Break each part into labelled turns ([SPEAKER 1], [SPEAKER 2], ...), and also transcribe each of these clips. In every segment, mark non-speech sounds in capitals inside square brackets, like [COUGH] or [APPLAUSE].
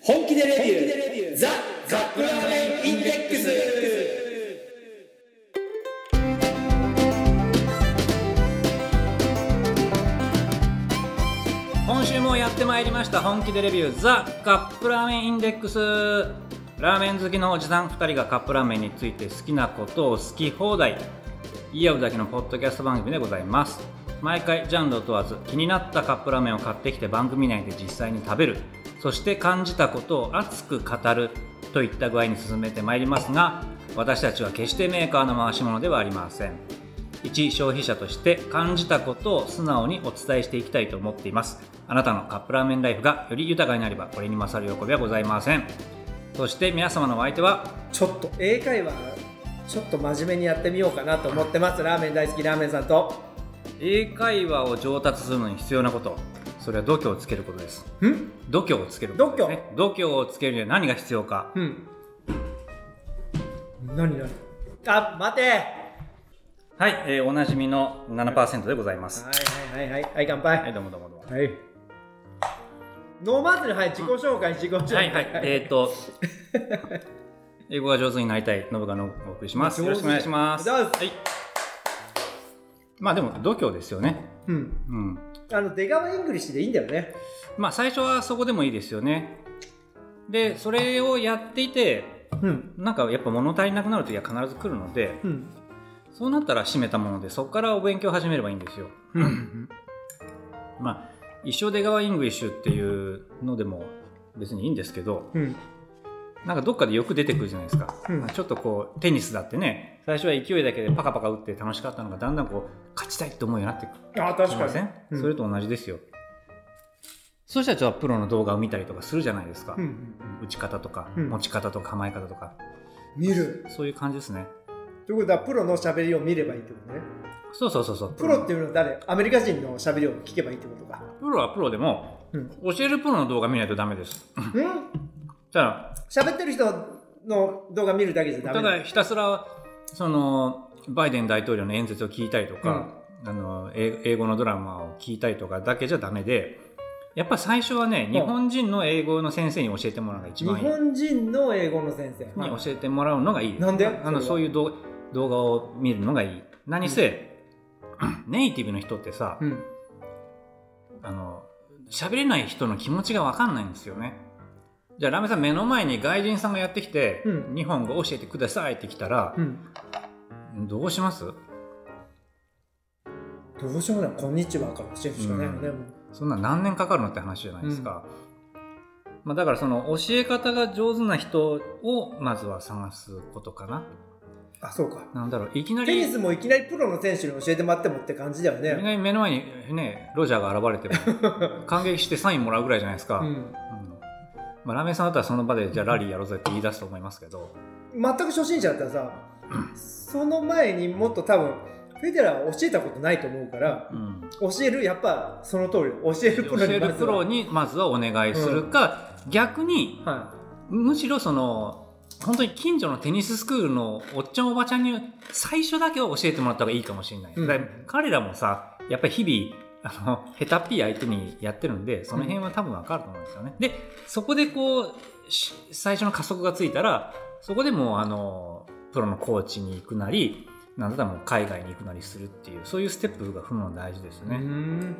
[SPEAKER 1] 本気でレビューザ・カップラーメンインデックス
[SPEAKER 2] 今週もやってまいりました本気でレビューザ・カップラーメンインデックスラーメン好きのおじさん2人がカップラーメンについて好きなことを好き放題言い合うだけのポッドキャスト番組でございます毎回ジャンルを問わず気になったカップラーメンを買ってきて番組内で実際に食べるそして感じたことを熱く語るといった具合に進めてまいりますが私たちは決してメーカーの回し物ではありません一消費者として感じたことを素直にお伝えしていきたいと思っていますあなたのカップラーメンライフがより豊かになればこれに勝る喜びはございませんそして皆様のお相手は
[SPEAKER 3] ちょっと英会話ちょっと真面目にやってみようかなと思ってますラーメン大好きラーメンさんと
[SPEAKER 2] 英会話を上達するのに必要なことそれは度胸をつけることです
[SPEAKER 3] ん
[SPEAKER 2] 度胸をつけることです、ね、度胸をつけるには何が必要か
[SPEAKER 3] うん何何あ待ては
[SPEAKER 2] はい、えーおなじみの7%でございます
[SPEAKER 3] いはいはいはいはい乾杯
[SPEAKER 2] はいどうもどうもどうも
[SPEAKER 3] はい飲まずにはい自己紹介自己紹介
[SPEAKER 2] はいはいえっ、ー、と英語が上手になりたいノブがのお送りしますよろしくお願いします
[SPEAKER 3] どうぞ
[SPEAKER 2] はいまあでも度胸ですよね
[SPEAKER 3] うん
[SPEAKER 2] うん
[SPEAKER 3] あの出川イングリッシュでいいんだよね
[SPEAKER 2] まあ最初はそこでもいいですよねでそれをやっていて
[SPEAKER 3] うん
[SPEAKER 2] なんかやっぱ物足りなくなる時は必ず来るので
[SPEAKER 3] うん
[SPEAKER 2] そうなったら締めたものでそこからお勉強を始めればいいんですよ
[SPEAKER 3] うん
[SPEAKER 2] まあ一生出川イングリッシュっていうのでも別にいいんですけど
[SPEAKER 3] うん
[SPEAKER 2] なんかどっかでよく出てくるじゃないですか、
[SPEAKER 3] うん
[SPEAKER 2] ちょっとこうテニスだってね最初は勢いだけでパカパカ打って楽しかったのがだんだんこう勝ちたいって思うようになってくる
[SPEAKER 3] あ確か
[SPEAKER 2] すいませ
[SPEAKER 3] に
[SPEAKER 2] ん
[SPEAKER 3] うん
[SPEAKER 2] それと同じですよそうしたらちょっとプロの動画を見たりとかするじゃないですか、
[SPEAKER 3] うん
[SPEAKER 2] 打ち方とか、
[SPEAKER 3] うん
[SPEAKER 2] 持ち方とか構え方とか
[SPEAKER 3] 見る
[SPEAKER 2] そういう感じですね
[SPEAKER 3] ということはプロの喋りを見ればいいってことね
[SPEAKER 2] そうそうそうそう
[SPEAKER 3] プロっていうのは誰アメリカ人の喋りを聞けばいいってことか
[SPEAKER 2] プロはプロでも
[SPEAKER 3] うん
[SPEAKER 2] 教えるプロの動画見ないとダメです
[SPEAKER 3] うん
[SPEAKER 2] ただ
[SPEAKER 3] 喋ってる人の動画見るだけじゃダ
[SPEAKER 2] た
[SPEAKER 3] メ
[SPEAKER 2] だひたすらそのバイデン大統領の演説を聞いたりとか、あの英英語のドラマを聞いたりとかだけじゃダメでやっぱ最初はね
[SPEAKER 3] ん
[SPEAKER 2] 日本人の英語の先生に教えてもらうのが一
[SPEAKER 3] 日
[SPEAKER 2] 番いいに
[SPEAKER 3] 本人の英語の先生、はい
[SPEAKER 2] 教えてもらうのがいい
[SPEAKER 3] なんで
[SPEAKER 2] あのそういう動動画を見るのがいい何せ、 [COUGHS] ネイティブの人ってさ、
[SPEAKER 3] うん、
[SPEAKER 2] あの喋れない人の気持ちが分かんないんですよねじゃあラメさん目の前に外人さんがやってきて、
[SPEAKER 3] うん
[SPEAKER 2] 日本語教えてくださいって来たら
[SPEAKER 3] う、ん、
[SPEAKER 2] どうします
[SPEAKER 3] どうしようもないこんにちはから教えるしかないよね、
[SPEAKER 2] う
[SPEAKER 3] も
[SPEAKER 2] そんな何年かかるのって話じゃないですか、まあ、だからその教え方が上手な人をまずは探すことかな
[SPEAKER 3] うあそうか
[SPEAKER 2] なんだろういきな
[SPEAKER 3] テ
[SPEAKER 2] り
[SPEAKER 3] ニ
[SPEAKER 2] い
[SPEAKER 3] スもいきなりプロの選手に教えてもらってもって感じだよ
[SPEAKER 2] きな
[SPEAKER 3] ね、
[SPEAKER 2] り目の前にねロジャーが現れて
[SPEAKER 3] [LAUGHS]
[SPEAKER 2] も感激してサインもらうぐらいじゃないですか、
[SPEAKER 3] う
[SPEAKER 2] うん
[SPEAKER 3] ん、
[SPEAKER 2] まあ、ラーメンさんだったらその場でじゃあラリーやろうぜって言い出すと思いますけど
[SPEAKER 3] 全く初心者だったらさその前にもっと多分フェデラーは教えたことないと思うから
[SPEAKER 2] うん
[SPEAKER 3] 教えるやっぱその通り教えるプ
[SPEAKER 2] 教
[SPEAKER 3] ロにま
[SPEAKER 2] える
[SPEAKER 3] ず
[SPEAKER 2] プ
[SPEAKER 3] は
[SPEAKER 2] ロにまずはお願いするか、逆に
[SPEAKER 3] は
[SPEAKER 2] むしろその本当に近所のテニススクールのおっちゃんおばちゃんに最初だけは教えてもらった方がいいかもしれない、
[SPEAKER 3] うん
[SPEAKER 2] だから彼らもさやっぱり日々あの下手っぴい相手にやってるんでその辺は多分わかると思うんですよね、でそこでこうし最初の加速がついたらそこでもうあのプロのコーチに行くなりなんだったらもう海外に行くなりするっていうそういうステップが踏むのが大事ですよ
[SPEAKER 3] い
[SPEAKER 2] ね、
[SPEAKER 3] ん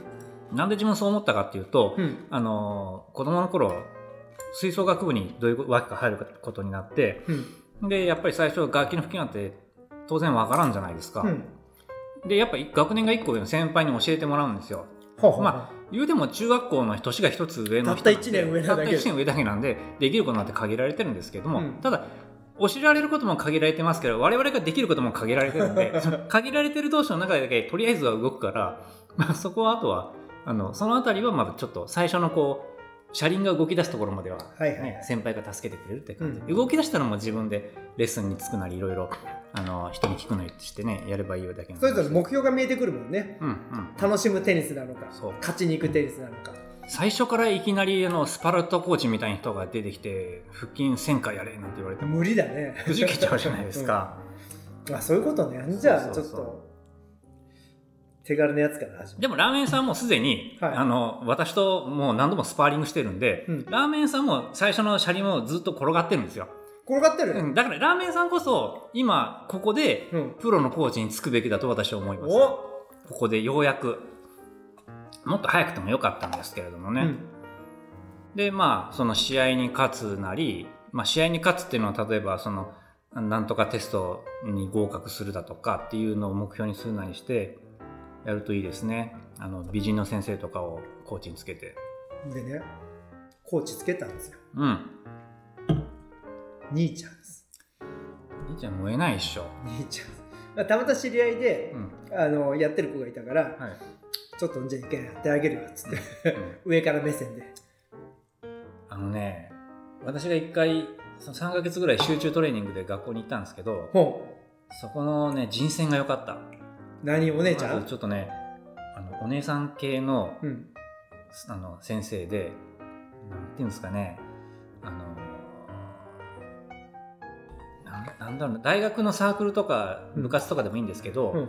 [SPEAKER 2] なんで自分そう思ったかっていうと、
[SPEAKER 3] うん
[SPEAKER 2] あの子供の頃吹奏楽部にどういうわけか入ることになって
[SPEAKER 3] うん
[SPEAKER 2] でやっぱり最初楽器の吹きなんて当然わからんじゃないですか、
[SPEAKER 3] うん
[SPEAKER 2] でやっぱり学年が1個上の先輩に教えてもらうんですよ
[SPEAKER 3] ほうほう
[SPEAKER 2] ま言うても中学校の年が1つ上の人
[SPEAKER 3] たった一年上なだけ
[SPEAKER 2] たった1年上だけなんでできることなんて限られてるんですけども、
[SPEAKER 3] うん
[SPEAKER 2] ただ教えられることも限られてますけど我々ができることも限られてる
[SPEAKER 3] [LAUGHS]
[SPEAKER 2] んでその限られてる同士の中でだけとりあえずは動くから、 [LAUGHS] まあ、そこはあとはあのその辺りはまだちょっと最初のこう車輪が動き出すところまでは、ね
[SPEAKER 3] はいはいはい
[SPEAKER 2] 先輩が助けてくれるって感じ、
[SPEAKER 3] うん
[SPEAKER 2] で動き出したらもう自分でレッスンにつくなりいろいろあの人に聞くなりしてねやればいいよだけなん
[SPEAKER 3] そ
[SPEAKER 2] で
[SPEAKER 3] れぞれ目標が見えてくるもんね
[SPEAKER 2] うんうん
[SPEAKER 3] 楽しむテニスなのか
[SPEAKER 2] そう
[SPEAKER 3] 勝ちに行くテニスなのか
[SPEAKER 2] 最初からいきなりあのスパルタコーチみたいな人が出てきて腹筋1000回やれなんて言われても
[SPEAKER 3] 無理だね
[SPEAKER 2] くじけちゃうじゃないですか、
[SPEAKER 3] あそういうことねじゃあちょっ
[SPEAKER 2] そうそうそう
[SPEAKER 3] と手軽なやつから始め
[SPEAKER 2] でもラーメン屋さんもすでに、
[SPEAKER 3] はい
[SPEAKER 2] あの私ともう何度もスパーリングしてるんで、
[SPEAKER 3] うん
[SPEAKER 2] ラーメン屋さんも最初の車輪もずっと転がってるんですよ、
[SPEAKER 3] る転がってる、
[SPEAKER 2] うんだからラーメン屋さんこそ今ここで
[SPEAKER 3] うん
[SPEAKER 2] プロのコーチにつくべきだと私は思います、こ
[SPEAKER 3] お
[SPEAKER 2] こでようやくもっと早くてもよかったんですけれどもね、
[SPEAKER 3] うん
[SPEAKER 2] でまあその試合に勝つなり、まあ、試合に勝つっていうのは例えばそのなんとかテストに合格するだとかっていうのを目標にするなりしてやるといいですねあの美人の先生とかをコーチにつけて
[SPEAKER 3] でねコーチつけたんですよ
[SPEAKER 2] うん
[SPEAKER 3] 兄ちゃんです
[SPEAKER 2] 兄ちゃん燃えないっしょ
[SPEAKER 3] 兄ちゃんですまあたまたま知り合いで
[SPEAKER 2] う、ん
[SPEAKER 3] あのやってる子がいたから、
[SPEAKER 2] はい、
[SPEAKER 3] ちょっとじゃあ一回やってあげるよっつって、
[SPEAKER 2] うん
[SPEAKER 3] 上から目線で
[SPEAKER 2] あのね私が一回その3ヶ月ぐらい集中トレーニングで学校に行ったんですけど
[SPEAKER 3] ほ
[SPEAKER 2] そこのね人選が良かった
[SPEAKER 3] う何お姉ちゃ
[SPEAKER 2] ま
[SPEAKER 3] ん、
[SPEAKER 2] ずちょっとねあのお姉さん系の
[SPEAKER 3] うん
[SPEAKER 2] あの先生でなんていうんですかねあのなんなんだろうな大学のサークルとか
[SPEAKER 3] うん
[SPEAKER 2] 部活とかでもいいんですけど、
[SPEAKER 3] うん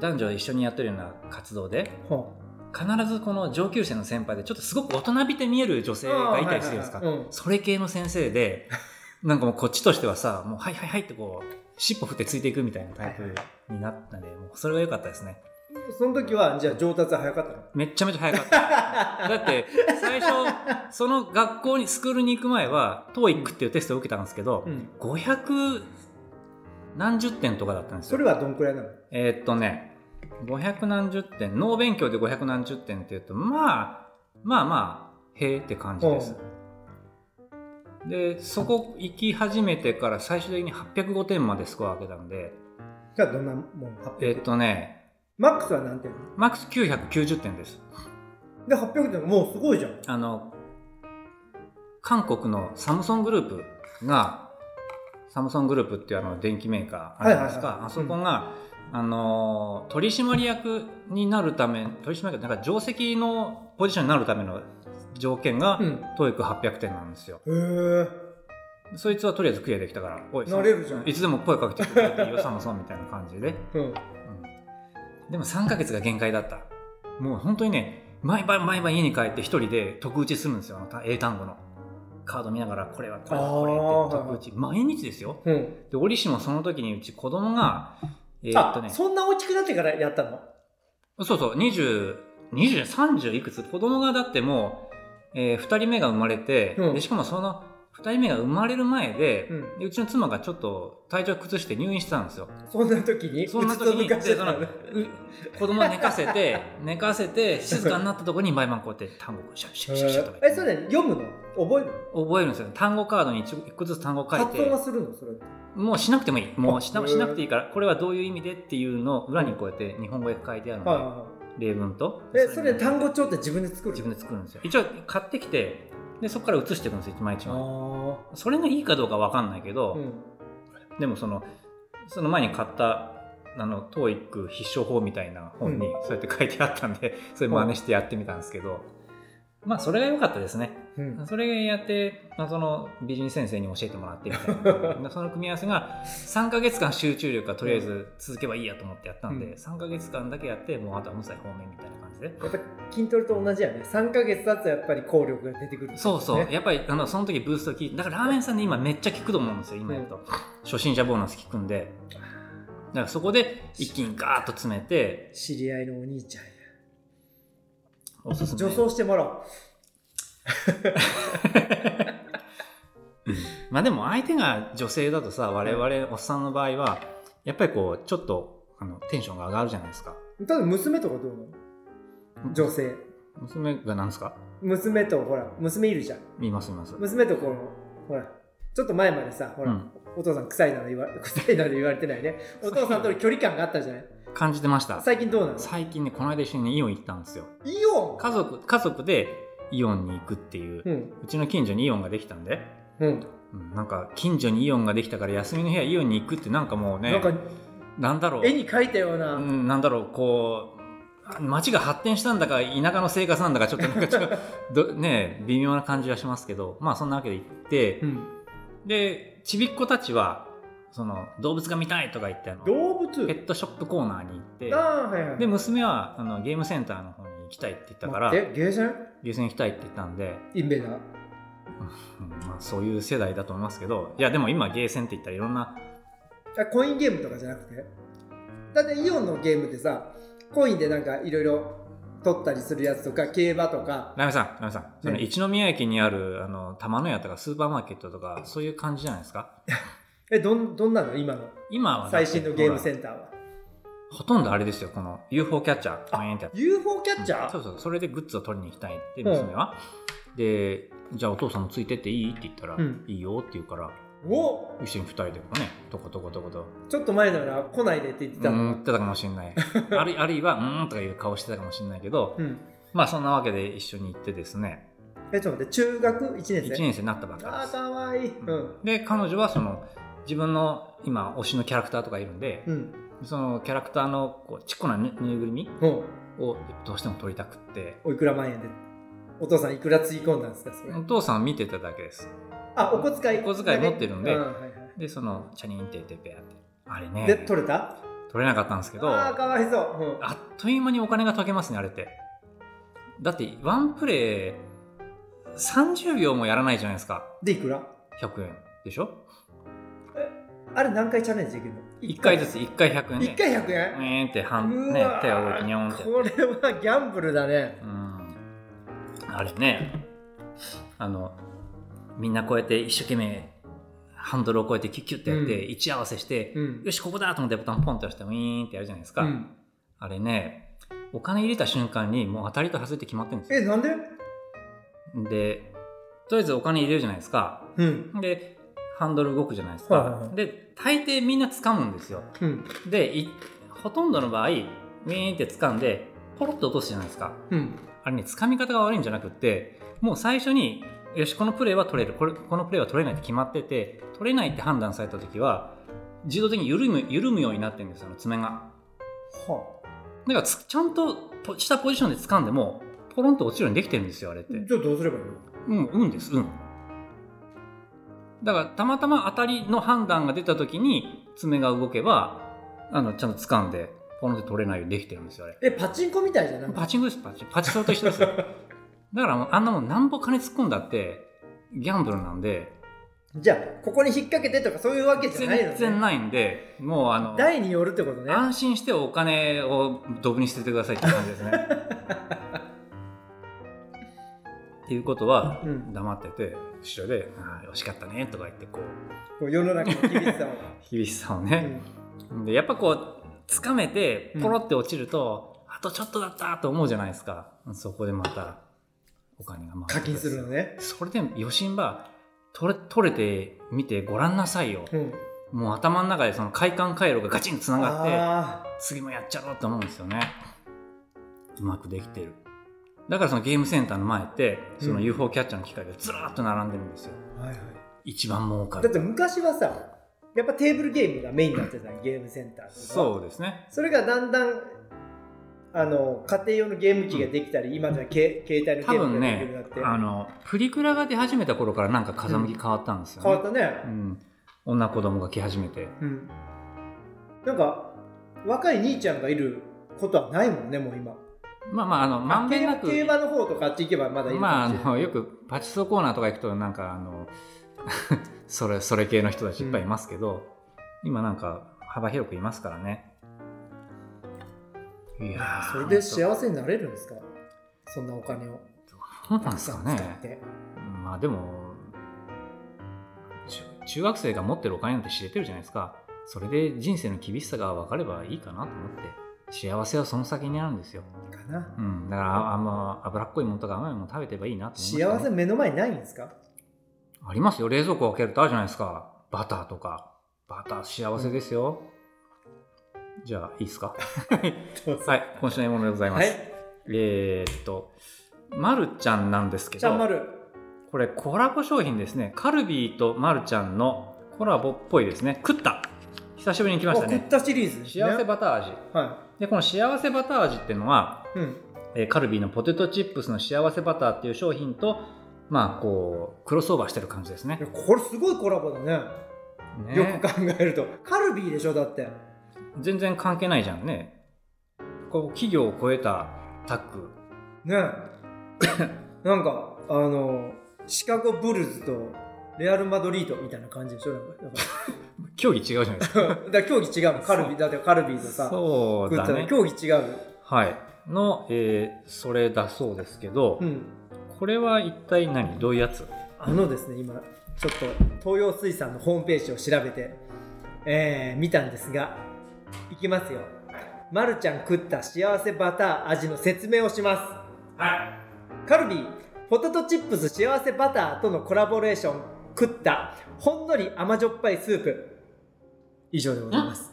[SPEAKER 2] 男女一緒にやってるような活動で
[SPEAKER 3] ほ
[SPEAKER 2] 必ずこの上級生の先輩でちょっとすごく大人びて見える女性がいたりするんですか、
[SPEAKER 3] あーはいはいはいうん
[SPEAKER 2] それ系の先生でなんかもうこっちとしてはさもうはいはいはいってこう尻尾振ってついていくみたいなタイプになったんで、もうそれが良かったですね
[SPEAKER 3] うその時はじゃあ上達は早かったの
[SPEAKER 2] めっちゃめちゃ早かっただって最初その学校にスクールに行く前は TOEIC っていうテストを受けたんですけど、
[SPEAKER 3] うん、
[SPEAKER 2] 500何十点とかだったんです
[SPEAKER 3] そ
[SPEAKER 2] よ
[SPEAKER 3] れはどんくらいなの
[SPEAKER 2] えーっとね500何十点脳勉強で500何十点っていうとまあまあまあへえって感じですでそこ行き始めてから最終的に805点までスコア上げたんで
[SPEAKER 3] じゃあどんなもん発表
[SPEAKER 2] えーっとね
[SPEAKER 3] マックスは何点
[SPEAKER 2] マックス990点です
[SPEAKER 3] で800点もうすごいじゃん
[SPEAKER 2] あの、韓国のサムソングループが、サムソングループっていうあの電機メーカーあるじゃないですか、
[SPEAKER 3] はいはいはい
[SPEAKER 2] あそこが、あのー、取締役になるため、取締役、なんか定石のポジションになるための条件が、
[SPEAKER 3] うん
[SPEAKER 2] トイック800点なんですよ。
[SPEAKER 3] へえ
[SPEAKER 2] そいつはとりあえずクリアできたから、おい、
[SPEAKER 3] なれるじゃん
[SPEAKER 2] いつでも声かけてくれていいよ、サムソンみたいな感じで。
[SPEAKER 3] うん
[SPEAKER 2] うんでも3ヶ月が限界だった。もう本当にね、毎晩毎晩家に帰って一人で特打ちするんですよ、あのた英単語の。カード見ながら、これはこれはこれはって
[SPEAKER 3] あー
[SPEAKER 2] 特打ち。毎日ですよ。
[SPEAKER 3] うん
[SPEAKER 2] で、折しもその時にうち子供が、えーっと
[SPEAKER 3] あ
[SPEAKER 2] ね、そ
[SPEAKER 3] そんな大きくなってからやったの
[SPEAKER 2] うそう、20、20、30いくつ子供がだってもう、え2人目が生まれて、
[SPEAKER 3] うん
[SPEAKER 2] でしかもその2人目が生まれる前で、
[SPEAKER 3] うん
[SPEAKER 2] でうちの妻がちょっと体調崩して入院してたんですよ。
[SPEAKER 3] そんな時に
[SPEAKER 2] そんな時に
[SPEAKER 3] うつと抜かして
[SPEAKER 2] でそ
[SPEAKER 3] た
[SPEAKER 2] の
[SPEAKER 3] のね
[SPEAKER 2] [LAUGHS] う子供を寝かせ
[SPEAKER 3] [LAUGHS]
[SPEAKER 2] て寝かせて静かになったところに毎晩こうやって単語をシャッシャッシャッシャッとか
[SPEAKER 3] えそれ読むの覚えるの
[SPEAKER 2] 覚えるんですよ単語カードに一一個ずつ単語を書い
[SPEAKER 3] 発
[SPEAKER 2] て
[SPEAKER 3] 音はするのそれ
[SPEAKER 2] もうしなくてもいいもうし
[SPEAKER 3] あ
[SPEAKER 2] な
[SPEAKER 3] へー
[SPEAKER 2] しなくていいからこれはどういう意味でっていうのを裏にこうやって日本語で書いてある
[SPEAKER 3] はい
[SPEAKER 2] の
[SPEAKER 3] は
[SPEAKER 2] で例文と
[SPEAKER 3] いはいえそれ
[SPEAKER 2] に
[SPEAKER 3] 単語帳って自分で作る
[SPEAKER 2] 自分で作るんですよ一応買ってきてでそこから写していくんですよ一枚一
[SPEAKER 3] あ
[SPEAKER 2] 枚それがいいかどうかわかんないけ
[SPEAKER 3] あ
[SPEAKER 2] ど、
[SPEAKER 3] うん
[SPEAKER 2] でもそのその前に買ったあの TOEIC 必勝法みたいな本に
[SPEAKER 3] う
[SPEAKER 2] そうやって書いてあったんで、 [LAUGHS] それ真似してやってみたんですけど、まあそれが良かったですね
[SPEAKER 3] うん
[SPEAKER 2] それやって、まあ、その美人先生に教えてもらってみた
[SPEAKER 3] [LAUGHS]
[SPEAKER 2] いなその組み合わせが3ヶ月間集中力がとりあえず続けばいいやと思ってやったん
[SPEAKER 3] うん
[SPEAKER 2] で、三3ヶ月間だけやってもうあとは無罪方面みたいな感じで。
[SPEAKER 3] やっぱ筋トレと同じやね3ヶ月経つとやっぱり効力が出てくる、
[SPEAKER 2] そうそう、
[SPEAKER 3] ね
[SPEAKER 2] やっぱりあのその時ブースト効いてだからラーメン屋さんで今めっちゃ効くと思うんですよ今やると、初心者ボーナス効くんでだからそこで一気にガーッと詰めて
[SPEAKER 3] 知り合いのお兄ちゃんや
[SPEAKER 2] おすすめ
[SPEAKER 3] 女装してもらおう
[SPEAKER 2] まあでも相手が女性だとさ我々おっさんの場合はやっぱりこうちょっとあのテンションが上がるじゃないですか
[SPEAKER 3] ただ娘とかどうなの女性
[SPEAKER 2] 娘が何ですか
[SPEAKER 3] 娘とほら娘いるじゃん
[SPEAKER 2] 見ます見ます
[SPEAKER 3] 娘とこのほらちょっと前までさほら、
[SPEAKER 2] うん
[SPEAKER 3] お父さん臭いなの言わ臭いなの言われて [LAUGHS] ないねお父さんとの距離感があったじゃない
[SPEAKER 2] 感じてました
[SPEAKER 3] 最近どうなの
[SPEAKER 2] 最近ねこの間一緒にねイオン行ったんですよ
[SPEAKER 3] イオ
[SPEAKER 2] 家族家族でイオンに行くっていう、
[SPEAKER 3] ンうん
[SPEAKER 2] うちの近所にイオンができたんで
[SPEAKER 3] うん、
[SPEAKER 2] うんなんか近所にイオンができたから休みの日はイオンに行くってなんかもうね
[SPEAKER 3] なんか
[SPEAKER 2] なんだろう
[SPEAKER 3] 絵に描いたような、
[SPEAKER 2] うんなんだろうこう街が発展したんだか田舎の生活なんだかちょっとなんかちょっ
[SPEAKER 3] [LAUGHS]
[SPEAKER 2] とどね微妙な感じはしますけどまあそんなわけで行って
[SPEAKER 3] うん
[SPEAKER 2] でちびっ子たちはその動物が見たいとか言ってあの
[SPEAKER 3] 動物交通
[SPEAKER 2] ペットショップコーナーに行って
[SPEAKER 3] ああはいはい
[SPEAKER 2] で娘はあのゲームセンターの方に行きたいって言ったから
[SPEAKER 3] 待ってゲーセン
[SPEAKER 2] ゲーセン行きたいって言ったんで、
[SPEAKER 3] インベーダー
[SPEAKER 2] うんまあ、そういう世代だと思いますけどいやでも今ゲーセンって言ったらいろんな
[SPEAKER 3] あコインゲームとかじゃなくてだってイオンのゲームってさコインでなんかいろいろ取ったりするやつとか競馬とか
[SPEAKER 2] ラメさんラメさんその一宮駅にあるあの玉の屋とかスーパーマーケットとかそういう感じじゃないですか
[SPEAKER 3] えどんどんなの今の
[SPEAKER 2] 今はだっ
[SPEAKER 3] 最
[SPEAKER 2] て
[SPEAKER 3] 新のゲームセンターは
[SPEAKER 2] ほらほとんどあれですよこの UFO キャッチャーパンエンってやつ
[SPEAKER 3] UFO キャッチャ
[SPEAKER 2] そ
[SPEAKER 3] ー
[SPEAKER 2] うそうそれでグッズを取りに行きたいって
[SPEAKER 3] うん
[SPEAKER 2] 娘は、でじゃあお父さんもついてっていいって言ったら、
[SPEAKER 3] うん
[SPEAKER 2] いいよって言うから
[SPEAKER 3] お
[SPEAKER 2] 一緒に二人でこうねとことことこと
[SPEAKER 3] ちょっと前なら来ないでって言って
[SPEAKER 2] う
[SPEAKER 3] た
[SPEAKER 2] ん
[SPEAKER 3] の
[SPEAKER 2] 言ってたかもしれ
[SPEAKER 3] [LAUGHS]
[SPEAKER 2] ないあるいあるいはうーんとかいう顔してたかもしれないけど
[SPEAKER 3] うん
[SPEAKER 2] まあそんなわけで一緒に行ってですね
[SPEAKER 3] えちょっと待って中学1年
[SPEAKER 2] 1
[SPEAKER 3] 生
[SPEAKER 2] 年生になったばっか
[SPEAKER 3] あ
[SPEAKER 2] り
[SPEAKER 3] あ
[SPEAKER 2] です
[SPEAKER 3] かわいいうん
[SPEAKER 2] で彼女はその自分の今推しのキャラクターとかいるんで、
[SPEAKER 3] うん
[SPEAKER 2] そのキャラクターのこうちっこなぬぬいぐるみ
[SPEAKER 3] うん
[SPEAKER 2] をどうしても取りたくって
[SPEAKER 3] おいくら万円でお父さんいくらつぎ込んだんですかそれ
[SPEAKER 2] お父さん見てただけです
[SPEAKER 3] あお小遣い
[SPEAKER 2] お小遣い持ってるんで
[SPEAKER 3] うはいは
[SPEAKER 2] でそのチャリンテーテペアってあれね
[SPEAKER 3] いで取れた
[SPEAKER 2] 取れなかったんですけど
[SPEAKER 3] ああ
[SPEAKER 2] あ
[SPEAKER 3] かわいそううん
[SPEAKER 2] っという間にお金が溶けますねあれってだってワンプレイ30秒もやらないじゃないですか
[SPEAKER 3] でいくら
[SPEAKER 2] 100円でしょ
[SPEAKER 3] あれ何回チャレンジできるの
[SPEAKER 2] 1回ずつ1回100円で
[SPEAKER 3] 1回100円、
[SPEAKER 2] ウィーンって半、
[SPEAKER 3] う
[SPEAKER 2] ね
[SPEAKER 3] わ、
[SPEAKER 2] 手を動いてニョンって
[SPEAKER 3] これはギャンブルだね
[SPEAKER 2] うんあれねあのみんなこうやって一生懸命ハンドルをこうやってキュッキュッってやって、
[SPEAKER 3] う
[SPEAKER 2] 位置合わせして、
[SPEAKER 3] うん
[SPEAKER 2] よしここだと思ってボタンポンって押してウィーンってやるじゃないですか、
[SPEAKER 3] うん
[SPEAKER 2] あれねお金入れた瞬間にもう当たりと外れって決まってるんです
[SPEAKER 3] え
[SPEAKER 2] よ
[SPEAKER 3] なんで
[SPEAKER 2] でとりあえずお金入れるじゃないですか
[SPEAKER 3] うん
[SPEAKER 2] でハンドル動くじゃないですか、
[SPEAKER 3] はいはいはい
[SPEAKER 2] で大抵みんな掴むんですよ
[SPEAKER 3] うん
[SPEAKER 2] でいほとんどの場合ウィーンって掴んでポロッと落とすじゃないですか
[SPEAKER 3] うん
[SPEAKER 2] あれね、掴み方が悪いんじゃなくって、もう最初に、よし、このプレーは取れる、これこのプレーは取れないって決まってて、取れないって判断されたときは、自動的に緩む緩むようになってるんですよ、あの爪が。
[SPEAKER 3] はあ
[SPEAKER 2] だからつ、ちゃんとポしたポジションで掴んでも、ポロンと落ちるようにできてるんですよ、あれって。
[SPEAKER 3] じゃあどうすればいいの
[SPEAKER 2] うん、うんです、うん。だから、たまたま当たりの判断が出たときに、爪が動けば、あのちゃんと掴んで、ポロンって取れないようにできてるんですよ、あれ。
[SPEAKER 3] えパチンコみたいじ [LAUGHS] ゃない
[SPEAKER 2] パチンコですパチンパチソロと一緒ですよだからもうあんなもんなんぼ金突っ込んだってギャンブルなんで
[SPEAKER 3] じゃあここに引っ掛けてとかそういうわけじゃないの、ね、
[SPEAKER 2] 全然ないんでもうあの
[SPEAKER 3] 台によるってことね
[SPEAKER 2] 安心してお金をドブに捨ててくださいって感じですねっていうことは
[SPEAKER 3] うん
[SPEAKER 2] 黙ってて後ろで「あー惜しかったね」とか言ってこう
[SPEAKER 3] こう世の中の厳しさ [LAUGHS] を、
[SPEAKER 2] 厳しさを
[SPEAKER 3] う
[SPEAKER 2] ね、
[SPEAKER 3] ん
[SPEAKER 2] でやっぱこう掴めてポロって落ちると、あとちょっとだったと思うじゃないですかそこでまたお金が回って
[SPEAKER 3] 課
[SPEAKER 2] くる
[SPEAKER 3] 金
[SPEAKER 2] んですよ
[SPEAKER 3] るのね
[SPEAKER 2] それで余震ば取れ取れてみてご覧なさいよ、
[SPEAKER 3] うん
[SPEAKER 2] もう頭の中でその快感回路がガチンとつながって
[SPEAKER 3] ああ
[SPEAKER 2] 次もやっちゃろうと思うんですよねうまくできてるだからそのゲームセンターの前ってその
[SPEAKER 3] うん
[SPEAKER 2] UFO キャッチャーの機械がずらーっと並んでるんですよ、
[SPEAKER 3] ーはいはい
[SPEAKER 2] 一番儲か
[SPEAKER 3] だっ
[SPEAKER 2] る
[SPEAKER 3] て昔はさやっぱテーブルゲームがメインになってたのゲームセンターとか
[SPEAKER 2] そうですね
[SPEAKER 3] それがだんだんあの家庭用のゲーム機ができたり、今じゃけ携帯の
[SPEAKER 2] 多
[SPEAKER 3] ゲームができるよう
[SPEAKER 2] 分ね
[SPEAKER 3] にな
[SPEAKER 2] あ
[SPEAKER 3] って、
[SPEAKER 2] のプリクラが出始めた頃からなんか風向き変わったんですよね
[SPEAKER 3] 変わったね、
[SPEAKER 2] うん、女子供が来始めて
[SPEAKER 3] うん、なんか若い兄ちゃんがいることはないもんねもう今
[SPEAKER 2] まあまああのまんべんなく
[SPEAKER 3] 競馬の方とかあっち行けばまだいるか
[SPEAKER 2] まあ、あ
[SPEAKER 3] もしれない、
[SPEAKER 2] のよくパチスロコーナーとか行くとなんかあの [LAUGHS] それそれ系の人たちいっぱいいますけど、今なんか幅広くいますからねいやー
[SPEAKER 3] それで幸せになれるんですかそんなお金を
[SPEAKER 2] そうなん
[SPEAKER 3] た
[SPEAKER 2] で
[SPEAKER 3] く
[SPEAKER 2] す
[SPEAKER 3] さ
[SPEAKER 2] か
[SPEAKER 3] ん使っ
[SPEAKER 2] ね
[SPEAKER 3] て、
[SPEAKER 2] まあでも中中学生が持ってるお金なんて知れてるじゃないですかそれで人生の厳しさが分かればいいかなと思って幸せはその先にあるんですよ、
[SPEAKER 3] かな
[SPEAKER 2] うん、だからああんま脂っこいものとか甘いもの食べてればいいなと思いましたね
[SPEAKER 3] 幸せ目の前にないんですか
[SPEAKER 2] ありますよ。冷蔵庫開けるとあるじゃないですか。バターとか。バター幸せですよ。じゃあ、いいですか
[SPEAKER 3] は
[SPEAKER 2] はい、今週の獲物でございます。
[SPEAKER 3] はい
[SPEAKER 2] えーっと、まるちゃんなんですけ
[SPEAKER 3] ちゃんま
[SPEAKER 2] ど、
[SPEAKER 3] る
[SPEAKER 2] これコラボ商品ですね。カルビーとまるちゃんのコラボっぽいですね。食った久しぶりに来ました
[SPEAKER 3] 送っ
[SPEAKER 2] ね。
[SPEAKER 3] たシリーズですね
[SPEAKER 2] 幸せバター味。
[SPEAKER 3] は
[SPEAKER 2] で、この幸せバター味っていうのは、
[SPEAKER 3] い、うん、
[SPEAKER 2] えーカルビーのポテトチップスの幸せバターっていう商品と、まあ、こう、クロスオーバーしてる感じですね
[SPEAKER 3] いや。これすごいコラボだね
[SPEAKER 2] ね
[SPEAKER 3] よく考えるとカルビーでしょだって
[SPEAKER 2] う全然関係ないじゃんねこう企業を超えたタッグ [LAUGHS]
[SPEAKER 3] ねなんかあのシカゴブルズとレアル・マドリードみたいな感じでしょなんかだか
[SPEAKER 2] 競技違うじゃないですから
[SPEAKER 3] だから競技違うもんカルビだってカルビーとさ
[SPEAKER 2] そ
[SPEAKER 3] 食
[SPEAKER 2] う
[SPEAKER 3] っ
[SPEAKER 2] だ
[SPEAKER 3] たら
[SPEAKER 2] ね
[SPEAKER 3] 競技違うもん
[SPEAKER 2] はいの、えーそれだそうですけど、
[SPEAKER 3] うん
[SPEAKER 2] これは一体何どういうやつ
[SPEAKER 3] あのですね今ちょっと東洋水産のホームページを調べて、えー見たんですがいきますよ「まるちゃん食った幸せバター味」の説明をします
[SPEAKER 2] はい
[SPEAKER 3] カルビーポテトチップス幸せバターとのコラボレーション食ったほんのり甘じょっぱいスープ以上でございます、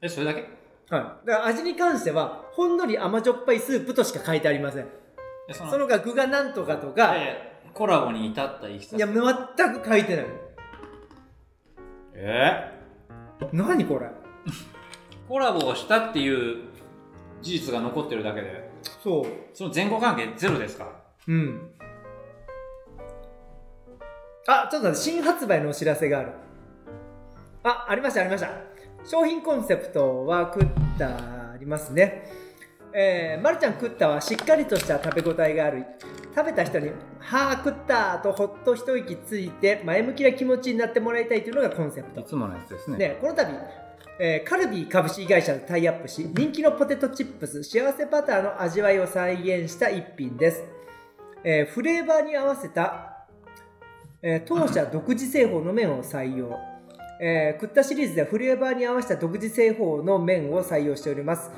[SPEAKER 2] えそれだけ
[SPEAKER 3] はい、だから味に関してはほんのり甘じょっぱいスープとしか書いてありません
[SPEAKER 2] そ
[SPEAKER 3] その他具がなんとかとか、
[SPEAKER 2] コラボに至ったいきさ
[SPEAKER 3] いや全く書いてない
[SPEAKER 2] え
[SPEAKER 3] 何これ
[SPEAKER 2] コラボをしたっていう事実が残ってるだけで
[SPEAKER 3] そ
[SPEAKER 2] その前後関係ゼロですか
[SPEAKER 3] ううんあちょっと待って新発売のお知らせがあるあありましたありました商品コンセプトはクッタありますねえー、まるちゃんクッタはしっかりとした食べ応えがある食べた人に「はあクッタ」とほっと一息ついて前向きな気持ちになってもらいたいというのがコンセプト
[SPEAKER 2] いつものやつですね
[SPEAKER 3] ね、この度、えーカルビー株式会社とタイアップし人気のポテトチップス幸せバターの味わいを再現した一品です、えーフレーバーに合わせた、えー当社独自製法の麺を採用、えー、クッタシリーズではフレーバーに合わせた独自製法の麺を採用しております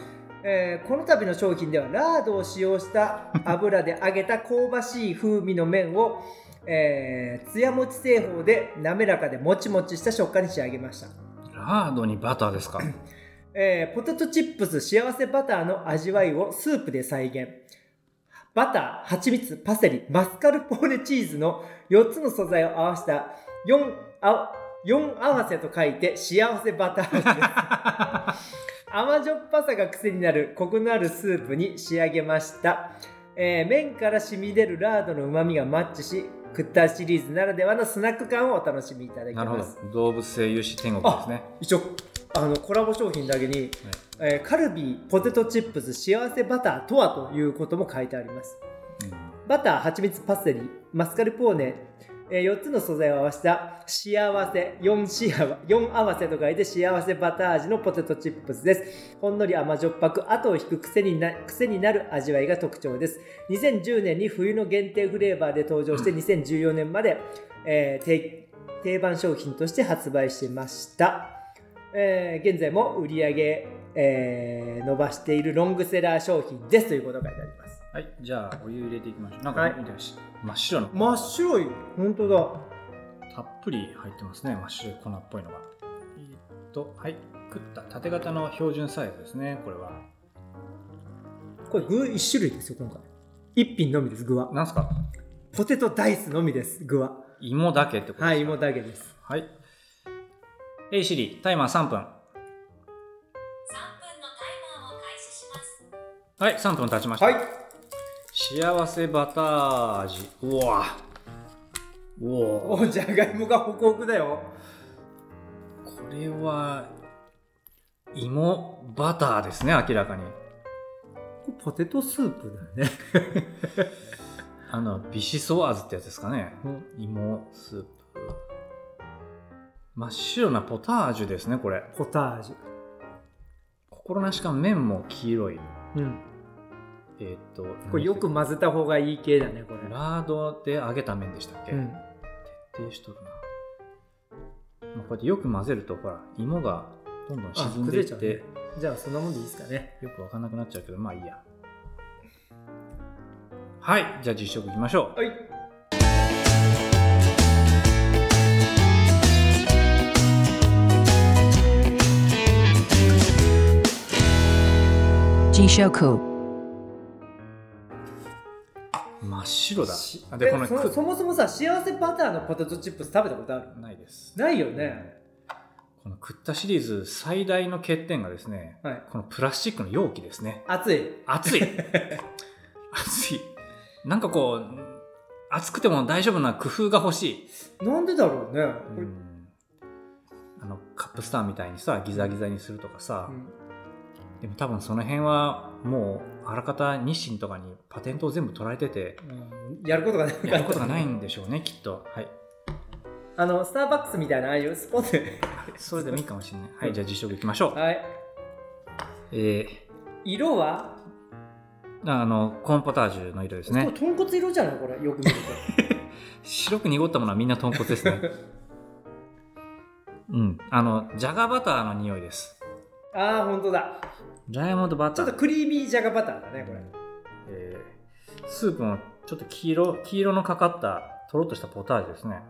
[SPEAKER 3] えーこの度の商品ではラードを使用
[SPEAKER 2] [LAUGHS]
[SPEAKER 3] した油で揚げた香ばしい風味の麺を、えー、つやもち製法で滑らかでもちもちした食感に仕上げました
[SPEAKER 2] ラードにバターですか
[SPEAKER 3] えーポテトチップス幸せバターの味わいをスープで再現バター、蜂蜜、パセリ、マスカルポーネチーズの4つの素材を合わせた 4, あ4合わせと書いて幸せバター味です
[SPEAKER 2] [LAUGHS]
[SPEAKER 3] 甘じょっぱさが癖になるコクのあるスープに仕上げました、えー麺から染み出るラードのうまみがマッチしクッターシリーズならではのスナック感をお楽しみいただき
[SPEAKER 2] なるほ
[SPEAKER 3] ま
[SPEAKER 2] ど
[SPEAKER 3] す
[SPEAKER 2] 動物性油脂天国ですね
[SPEAKER 3] 一応あのコラボ商品だけに、えーカルビーポテトチップス幸せバターとはということも書いてあります
[SPEAKER 2] うん
[SPEAKER 3] バター蜂蜜パセリマスカルポーネ、え4つの素材を合わせた幸せ4幸4合わせと書いて幸せバター味のポテトチップスですほんのり甘じょっぱく後を引く癖にな癖になる味わいが特徴です2010年に冬の限定フレーバーで登場して2014年まで、えー定定番商品として発売してましたえー現在も売り上げ、えー伸ばしているロングセラー商品ですということが書いてあります
[SPEAKER 2] はいじゃあお湯入れていきましょうなん
[SPEAKER 3] はい
[SPEAKER 2] か見てほしい真っ白の
[SPEAKER 3] 真っ白い本当だ
[SPEAKER 2] たっぷり入ってますね真っ白い粉っぽいのがえーっとはい食った縦型の標準サイズですねこれは
[SPEAKER 3] これ具1種類ですよ今回1品のみです具は
[SPEAKER 2] なんすか
[SPEAKER 3] ポテトダイスのみです具は
[SPEAKER 2] 芋だけってことですか
[SPEAKER 3] はい芋だけです
[SPEAKER 2] はい。えいシリ、タイマー3分。
[SPEAKER 4] 3分のタイマーを開始します。
[SPEAKER 2] はい、3分経ちました。幸せバター味。うわ。うわ。こ
[SPEAKER 3] おじゃがいもがホクホクだよ
[SPEAKER 2] れは、芋バターですね、明らかに。
[SPEAKER 3] ポテトスープだよね
[SPEAKER 2] あの、ビシソワーズってやつですかね。芋スープ。真っ白なポタージュですね、これ。
[SPEAKER 3] ポタージュ
[SPEAKER 2] 心なしか麺も黄色い。
[SPEAKER 3] うん
[SPEAKER 2] えーっと、
[SPEAKER 3] これよく混ぜた方がいい系だねこれ
[SPEAKER 2] ラードで揚げた麺でしたっけ、
[SPEAKER 3] うん
[SPEAKER 2] 徹底しとるな、まあ、こうやってよく混ぜるとほら芋がどんどん沈んでいっ
[SPEAKER 3] あ崩れ
[SPEAKER 2] て
[SPEAKER 3] ちじゃあそんなもんでいいですかね
[SPEAKER 2] よくわかんなくなっちゃうけどまあいいやはいじゃあ実食いきましょう
[SPEAKER 3] はい
[SPEAKER 2] 真っ白だ
[SPEAKER 3] し
[SPEAKER 2] あ
[SPEAKER 3] え
[SPEAKER 2] でこの
[SPEAKER 3] そ
[SPEAKER 2] く
[SPEAKER 3] そもそもさ幸せバターのポテトチップス食べたことある
[SPEAKER 2] ないです
[SPEAKER 3] ないよね
[SPEAKER 2] この食ったシリーズ最大の欠点がですね
[SPEAKER 3] はい
[SPEAKER 2] このプラスチックの容器ですね
[SPEAKER 3] 熱い [LAUGHS]
[SPEAKER 2] 熱い熱いなんかこう熱くても大丈夫な工夫が欲しい
[SPEAKER 3] なんでだろうね、これ
[SPEAKER 2] うんああのカップスターみたいにさギザギザにするとかさ、
[SPEAKER 3] うん
[SPEAKER 2] でも多分その辺はもうあらかた日清とかにパテントを全部取られてて
[SPEAKER 3] うんやることがなかった
[SPEAKER 2] やることがないんでしょ
[SPEAKER 3] [LAUGHS]
[SPEAKER 2] うねきっとはい
[SPEAKER 3] あのスターバックスみたいなああいうスポーツ
[SPEAKER 2] それでもいいかもしれないはいじゃあ実食いきましょう、
[SPEAKER 3] [LAUGHS] はい
[SPEAKER 2] え
[SPEAKER 3] 色は、
[SPEAKER 2] ー、あのコーンポタージュの色です
[SPEAKER 3] こ
[SPEAKER 2] ね
[SPEAKER 3] れ豚骨色じゃないこれよく見る
[SPEAKER 2] [LAUGHS] 白く濁ったものはみんな豚骨で
[SPEAKER 3] [LAUGHS]
[SPEAKER 2] すねうんあのジャガバターの匂いです
[SPEAKER 3] とああ本当だ
[SPEAKER 2] ダイヤモンドバ
[SPEAKER 3] ち
[SPEAKER 2] タ
[SPEAKER 3] ょっ
[SPEAKER 2] ー
[SPEAKER 3] とクリーミージャガバターだねこれ
[SPEAKER 2] えースープもちょっと黄色黄色のかかったとろっとしたポタージュですね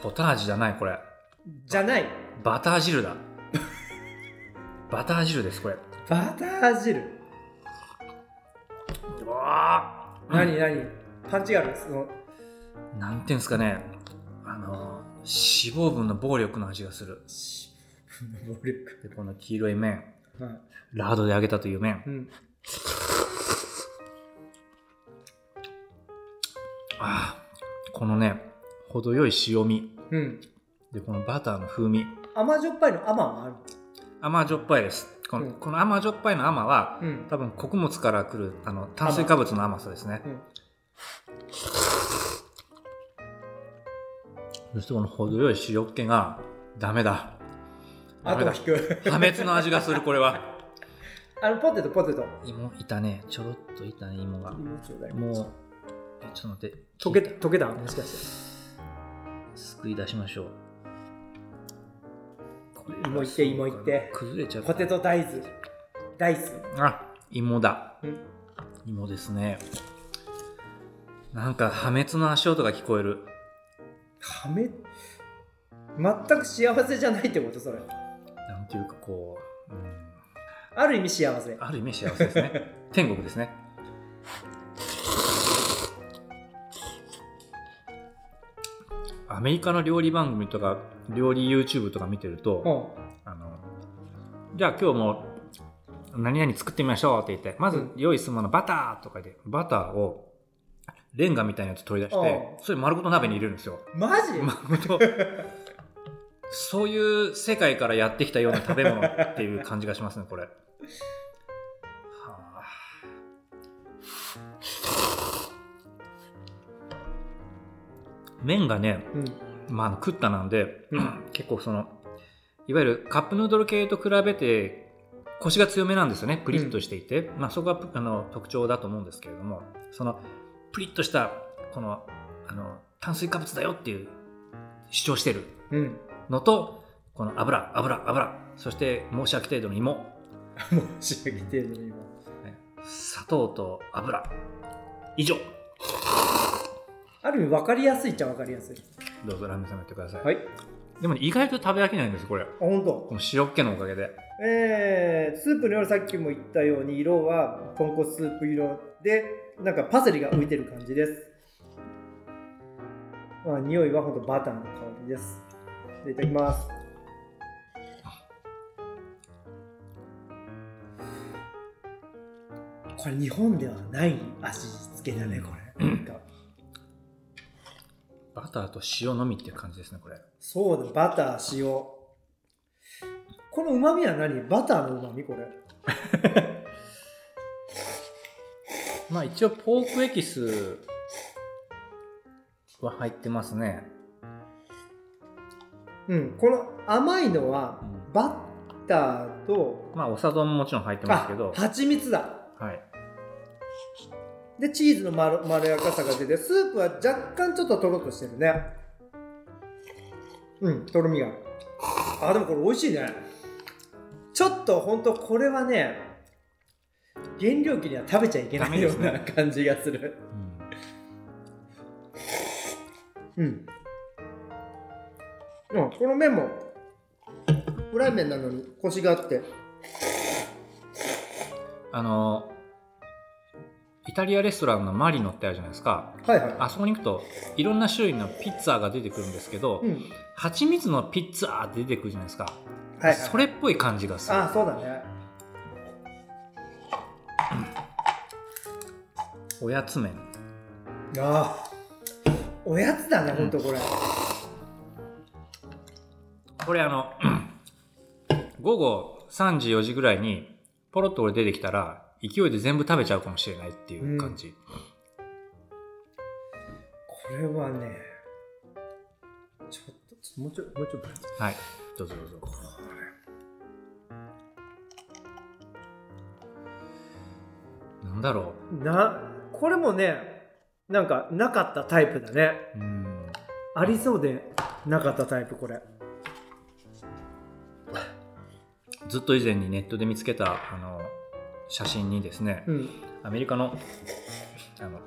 [SPEAKER 2] ポタージュじゃないこれ
[SPEAKER 3] じゃない
[SPEAKER 2] バター
[SPEAKER 3] [LAUGHS]
[SPEAKER 2] 汁だバター汁ですこれ
[SPEAKER 3] バター汁
[SPEAKER 2] うわー
[SPEAKER 3] 何何、パンチがあるその
[SPEAKER 2] なんていうんですかねあのー脂肪分の暴力の味がする
[SPEAKER 3] 暴力
[SPEAKER 2] でこの黄色い麺
[SPEAKER 3] はい、
[SPEAKER 2] ラードで揚げたという麺
[SPEAKER 3] うん、
[SPEAKER 2] あーこのね程よい塩味
[SPEAKER 3] うん、
[SPEAKER 2] でこのバターの風味
[SPEAKER 3] 甘じょっぱいの甘はある
[SPEAKER 2] 甘じょっぱいですこの,、
[SPEAKER 3] うん
[SPEAKER 2] この甘じょっぱいの甘は
[SPEAKER 3] うん
[SPEAKER 2] 多分穀物から来るあの炭水化物の甘さですね、そしてこの程よい塩っ気がダメだ
[SPEAKER 3] あ
[SPEAKER 2] ダメ
[SPEAKER 3] と
[SPEAKER 2] だ
[SPEAKER 3] は引く
[SPEAKER 2] 破滅の味がするこれは
[SPEAKER 3] あのポテトポテト
[SPEAKER 2] 芋いたねちょろっといたね芋が
[SPEAKER 3] もうちょうだい
[SPEAKER 2] もうえちょっと待って
[SPEAKER 3] 溶け溶けたもしかして
[SPEAKER 2] すくい出しましょうこれは
[SPEAKER 3] 芋いって芋いって
[SPEAKER 2] 崩れちゃう
[SPEAKER 3] ポテト大豆大豆
[SPEAKER 2] あ芋だ、
[SPEAKER 3] うん
[SPEAKER 2] 芋ですねなんか破滅の足音が聞こえる
[SPEAKER 3] はめ全く幸せじゃないってことそれ
[SPEAKER 2] なんていうかこう、うん
[SPEAKER 3] ある意味幸せ
[SPEAKER 2] ある意味幸せですね
[SPEAKER 3] [LAUGHS]
[SPEAKER 2] 天国ですねアメリカの料理番組とか料理 YouTube とか見てると、
[SPEAKER 3] うん
[SPEAKER 2] あのじゃあ今日も何々作ってみましょうって言ってまず用意するものバターとかでバターをレンガみたいなやつ取り出してそれ丸ごと鍋に入れるんですよ
[SPEAKER 3] マジ
[SPEAKER 2] 丸ごとそういう世界からやってきたような食べ物っていう感じがしますねこれはあ麺がね
[SPEAKER 3] うん
[SPEAKER 2] まああの、クッタなんで、
[SPEAKER 3] う
[SPEAKER 2] 結構そのいわゆるカップヌードル系と比べてコシが強めなんですよねプリッとしていて、まあ、そこがあの特徴だと思うんですけれどもそのプリッとしたこのあの炭水化物だよっていう主張してる
[SPEAKER 3] うん [LAUGHS]
[SPEAKER 2] のとこの油油油そして申し訳程度の芋
[SPEAKER 3] 申し上げてるのに今
[SPEAKER 2] 砂糖と油以上
[SPEAKER 3] ある意味分かりやすいっちゃ分かりやすい
[SPEAKER 2] どうぞラーメンさんやってください、
[SPEAKER 3] はいあ
[SPEAKER 2] でもね、意外と食べ飽きないんですこれ
[SPEAKER 3] 本当
[SPEAKER 2] この塩っ気のおかげで
[SPEAKER 3] えー、スープのようにさっきも言ったように色は豚骨スープ色でなんかパセリが浮いてる感じです、まあ、匂いはほんとバターの香りですでいただきますこれ日本ではない味付けだねこれなんか
[SPEAKER 2] バターと塩のみっていう感じですねこれ
[SPEAKER 3] そうだバター塩このうまみは何バターのうまみこれ
[SPEAKER 2] まあ一応ポークエキスは入ってますね。
[SPEAKER 3] うん、この甘いのは
[SPEAKER 2] うん
[SPEAKER 3] バターと、
[SPEAKER 2] まあお砂糖ももちろん入ってます
[SPEAKER 3] あ
[SPEAKER 2] けど、
[SPEAKER 3] 蜂蜜だ
[SPEAKER 2] はい。
[SPEAKER 3] でチーズのまろまろやかさが出てスープは若干ちょっととろっとしてるねうんとろみがあるあでもこれ美味しいねちょっとほんとこれはね原料期には食べちゃいけ
[SPEAKER 2] ダ
[SPEAKER 3] な
[SPEAKER 2] メ
[SPEAKER 3] い
[SPEAKER 2] で
[SPEAKER 3] よ
[SPEAKER 2] す
[SPEAKER 3] う
[SPEAKER 2] ね
[SPEAKER 3] な感じがする
[SPEAKER 2] う
[SPEAKER 3] う
[SPEAKER 2] ん
[SPEAKER 3] ん、うん、この麺もフライ麺なのにコシがあって
[SPEAKER 2] あのイタリアレストランのマリノってあるじゃないですか。
[SPEAKER 3] はいは
[SPEAKER 2] あそこに行くといろんな種類のピッツァが出てくるんですけど、
[SPEAKER 3] い、うん
[SPEAKER 2] 蜂蜜のピッツァって出てくるじゃないですか。
[SPEAKER 3] はいはい、
[SPEAKER 2] それっぽい感じがする。
[SPEAKER 3] あそうだね
[SPEAKER 2] おやつ麺。
[SPEAKER 3] ああおやつだね、ほんとこれ。
[SPEAKER 2] これあの、午後3時4時ぐらいに、ポロッと俺出てきたら、勢いで全部食べちゃうかもしれないっていう感じ。
[SPEAKER 3] これはね、ちょっと、ちょっともうちょい、もうちょい。
[SPEAKER 2] はい。どうぞどうぞ。なんだろ
[SPEAKER 3] な、これもね、なんかなかったタイプだね。
[SPEAKER 2] う。うん。
[SPEAKER 3] ありそうでなかったタイプ、これ。
[SPEAKER 2] ずっと以前にネットで見つけた、あの、写真にですね、
[SPEAKER 3] うん。
[SPEAKER 2] アメリカの、あの、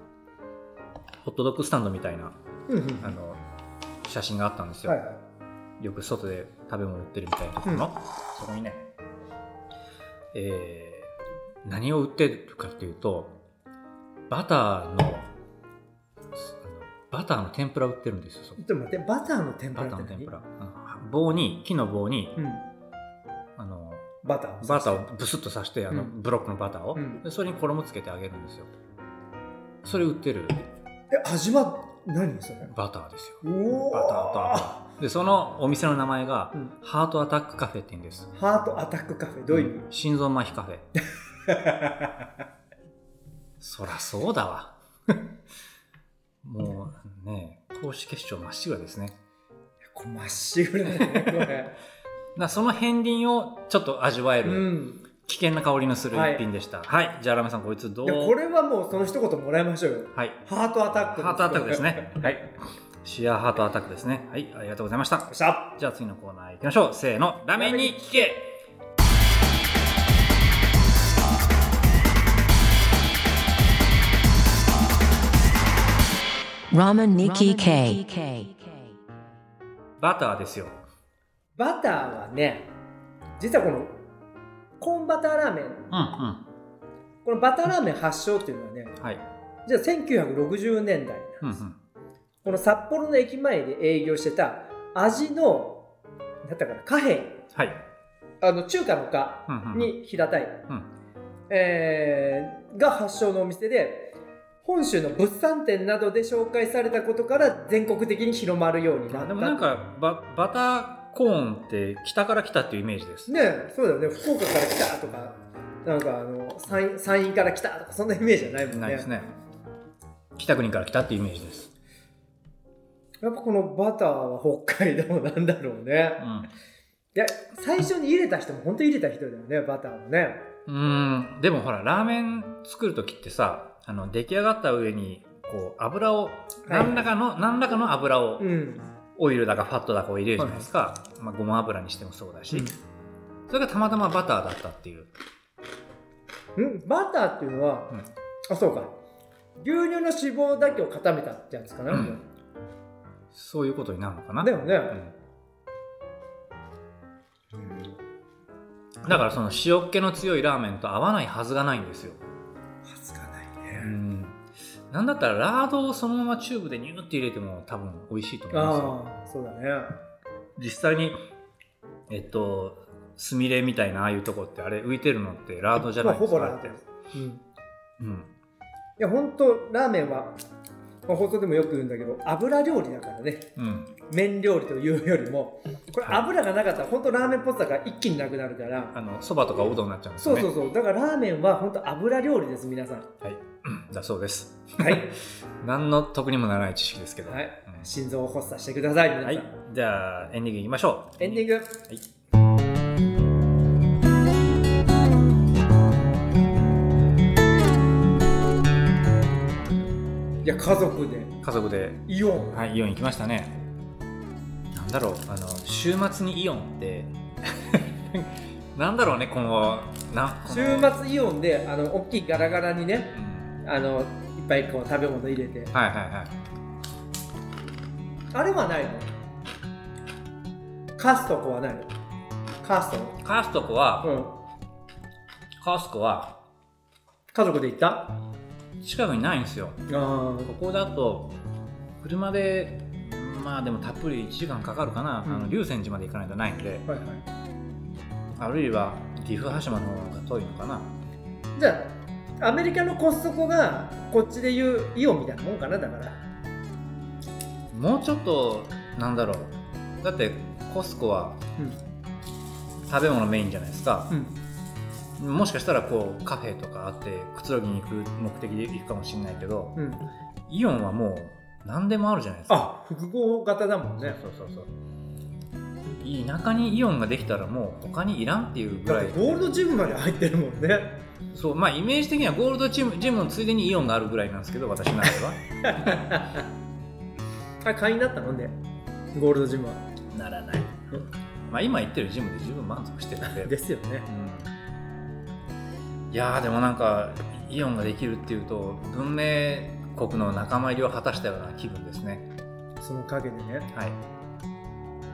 [SPEAKER 2] ホットドッグスタンドみたいな、
[SPEAKER 3] うん、うん。
[SPEAKER 2] あの、写真があったんですよ。
[SPEAKER 3] はいはい。
[SPEAKER 2] よく外で食べ物売ってるみたいなところの、そこにね、えー何を売ってるかっていうとバターのすあのバターの天ぷら売ってるんですよそ
[SPEAKER 3] ち
[SPEAKER 2] こ
[SPEAKER 3] ょっと待って、バターの天ぷ
[SPEAKER 2] バ
[SPEAKER 3] らって
[SPEAKER 2] ターの
[SPEAKER 3] 何
[SPEAKER 2] 天ぷらうん棒に木の棒に、
[SPEAKER 3] うん。
[SPEAKER 2] あの
[SPEAKER 3] バターを刺して。
[SPEAKER 2] バターをブスッと刺してあの、
[SPEAKER 3] うん
[SPEAKER 2] ブロックのバターを、
[SPEAKER 3] うん
[SPEAKER 2] でそれに衣つけてあげるんですよそれ売ってる
[SPEAKER 3] え、味は何それ
[SPEAKER 2] バターですよ
[SPEAKER 3] おお
[SPEAKER 2] バターとあでそのお店の名前が、
[SPEAKER 3] うん
[SPEAKER 2] ハートアタックカフェって言うんです
[SPEAKER 3] ハートアタックカフェ、どういう意味、
[SPEAKER 2] ん心臓麻痺カフェそらそうだわ [LAUGHS] もうね投資結晶まっしぐらですね
[SPEAKER 3] [LAUGHS] これ真っ白だね、こ
[SPEAKER 2] [LAUGHS]
[SPEAKER 3] れ。
[SPEAKER 2] なその片鱗をちょっと味わえ
[SPEAKER 3] う
[SPEAKER 2] る
[SPEAKER 3] ん。
[SPEAKER 2] 危険な香りのする一品でしたはい、じゃあラメさんこいつどう
[SPEAKER 3] いやこれはもうその一言もらいましょうよ。
[SPEAKER 2] はい
[SPEAKER 3] ハートアタック
[SPEAKER 2] ハートアタックですね
[SPEAKER 3] は。
[SPEAKER 2] はいいシアーハートアタックですねはいありがとうございました
[SPEAKER 3] よっしゃ
[SPEAKER 2] じゃあ次のコーナー行きましょうせーのラメに聞け
[SPEAKER 5] ラマニキ K
[SPEAKER 2] バターですよ
[SPEAKER 3] バターはね、実はこの、コーンバターラーメン、
[SPEAKER 2] うんうん
[SPEAKER 3] このバターラーメン発祥っていうのはね、
[SPEAKER 2] はい
[SPEAKER 3] じゃあ1960年代
[SPEAKER 2] う
[SPEAKER 3] なん
[SPEAKER 2] んう
[SPEAKER 3] です。
[SPEAKER 2] ん
[SPEAKER 3] この札幌の駅前で営業してた味の、なんだったかな、貨幣、
[SPEAKER 2] はい
[SPEAKER 3] あの中華の貨
[SPEAKER 2] うんうん
[SPEAKER 3] に平たい、
[SPEAKER 2] うん
[SPEAKER 3] えーが発祥のお店で、本州の物産展などで紹介されたことから全国的に広まるようになった。
[SPEAKER 2] でもなんかババターコーンって北から来たっていうイメージです、
[SPEAKER 3] ねえそうだよね福岡から来たとかなんかあの山陰山陰から来たとかそんなイメージじゃないもん
[SPEAKER 2] な
[SPEAKER 3] ね
[SPEAKER 2] いですね北国から来たっていうイメージです、
[SPEAKER 3] やっぱこのバターは北海道なんだろうね
[SPEAKER 2] うん
[SPEAKER 3] いや最初に入れた人も本当に入れた人だよねバターもね
[SPEAKER 2] うーんでもほらラーメン作る時ってさあの出来上がった上にこう油を何らかの、何らかの油を、
[SPEAKER 3] うん
[SPEAKER 2] オイルだかファットだかを入れるじゃないですか、まあ、ごま油にしてもそうだし、
[SPEAKER 3] うん
[SPEAKER 2] それがたまたまバターだったっていう
[SPEAKER 3] うんバターっていうのは、
[SPEAKER 2] うん
[SPEAKER 3] あそうか牛乳の脂肪だけを固めたってやつかな、
[SPEAKER 2] うんそういうことになるのかな
[SPEAKER 3] だよね、
[SPEAKER 2] うんだからその塩っ気の強いラーメンと合わないはずがないんですよ
[SPEAKER 3] はずがない
[SPEAKER 2] うんなんだったらラードをそのままチューブでニューって入れても多分美味しいと思いますよ
[SPEAKER 3] ああそうだね
[SPEAKER 2] 実際にえっとスミレみたいなああいうとこってあれ浮いてるのってラードじゃないですか、
[SPEAKER 3] まあほぼラード
[SPEAKER 2] あれって
[SPEAKER 3] うん
[SPEAKER 2] うん
[SPEAKER 3] いや本当ラーメンはまあ放送でもよく言うんだけど油料理だからね
[SPEAKER 2] うん
[SPEAKER 3] 麺料理というよりもこれ
[SPEAKER 2] はい
[SPEAKER 3] 油がなかったら本当ラーメンっぽさが一気になくなるから
[SPEAKER 2] あのそばとかおうどんになっちゃうんです
[SPEAKER 3] そ
[SPEAKER 2] よ
[SPEAKER 3] う
[SPEAKER 2] ね
[SPEAKER 3] そうそうだからラーメンは本当油料理です皆さん
[SPEAKER 2] だそうです [LAUGHS]
[SPEAKER 3] はい
[SPEAKER 2] 何の得にもならない知識ですけど、
[SPEAKER 3] はい
[SPEAKER 2] うん
[SPEAKER 3] 心臓を発作してください皆さん、
[SPEAKER 2] はい、じゃあエンディングいきましょう
[SPEAKER 3] エンディング、
[SPEAKER 2] はい
[SPEAKER 3] いや家族で
[SPEAKER 2] 家族で、
[SPEAKER 3] イオン
[SPEAKER 2] はい、イオン行きましたねなんだろうあの週末にイオンって [LAUGHS] なんだろうねこのなこの
[SPEAKER 3] 週末イオンであの大きいガラガラにね
[SPEAKER 2] うん
[SPEAKER 3] あのいっぱいこう食べ物入れて
[SPEAKER 2] はいはいはい
[SPEAKER 3] あれはないのカストコはないのカスト
[SPEAKER 2] カーストコは、
[SPEAKER 3] コうん
[SPEAKER 2] カーストコは
[SPEAKER 3] 家族で行ったあ
[SPEAKER 2] 近くにないんですよ
[SPEAKER 3] あ
[SPEAKER 2] ここだと車でまあでもたっぷり1時間かかるかな、
[SPEAKER 3] うん
[SPEAKER 2] あの竜泉寺まで行かないとないんで
[SPEAKER 3] はいはい
[SPEAKER 2] あるいは岐阜羽島の方が遠いのかな
[SPEAKER 3] じゃあアメリカのコストコがこっちで言うイオンみたいなもんかなだから
[SPEAKER 2] もうちょっとなんだろうだってコスコは
[SPEAKER 3] うん
[SPEAKER 2] 食べ物メインじゃないですか、
[SPEAKER 3] うん
[SPEAKER 2] もしかしたらこうカフェとかあってくつろぎに行く目的で行くかもしれないけど、
[SPEAKER 3] うん
[SPEAKER 2] イオンはもう何でもあるじゃないですか
[SPEAKER 3] あ複合型だもんね
[SPEAKER 2] そうそうそう田舎にイオンができたらもう他にいらんっていうぐ
[SPEAKER 3] だっ
[SPEAKER 2] らい
[SPEAKER 3] てゴールドジムまで入ってるもんね
[SPEAKER 2] そうまあイメージ的にはゴールドジムジムのついでにイオンがあるぐらいなんですけど私の中では
[SPEAKER 3] [LAUGHS] あ会員だったのねゴールドジムは
[SPEAKER 2] [LAUGHS] ならない [LAUGHS] まあ今行ってるジムで十分満足してるんで
[SPEAKER 3] ですよね
[SPEAKER 2] いやーでもなんかイオンができるっていうと文明国の仲間入りを果たしたような気分ですね
[SPEAKER 3] その陰でね
[SPEAKER 2] はい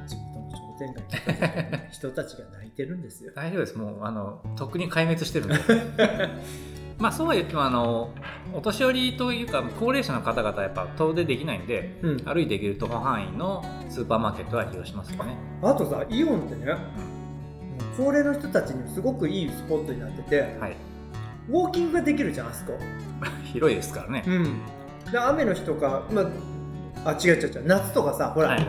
[SPEAKER 3] 地元の商店街 [LAUGHS] の人たちが泣いてるんですよ
[SPEAKER 2] 大丈夫ですもうあのとっくに壊滅してるんで [LAUGHS] まあそうは言ってもあのお年寄りというか高齢者の方々はやっぱ遠出できないんで
[SPEAKER 3] うん
[SPEAKER 2] 歩いて行ける徒歩範囲のスーパーマーケットは利用しますよね
[SPEAKER 3] あとさイオンってね高齢の人たちにもすごくいいスポットになってて
[SPEAKER 2] はい
[SPEAKER 3] ウォーキングができるじゃんあそこ
[SPEAKER 2] 広いですからね
[SPEAKER 3] うんで雨の日とか、まあ、あ違う違う違う夏とかさほら、
[SPEAKER 2] はいはい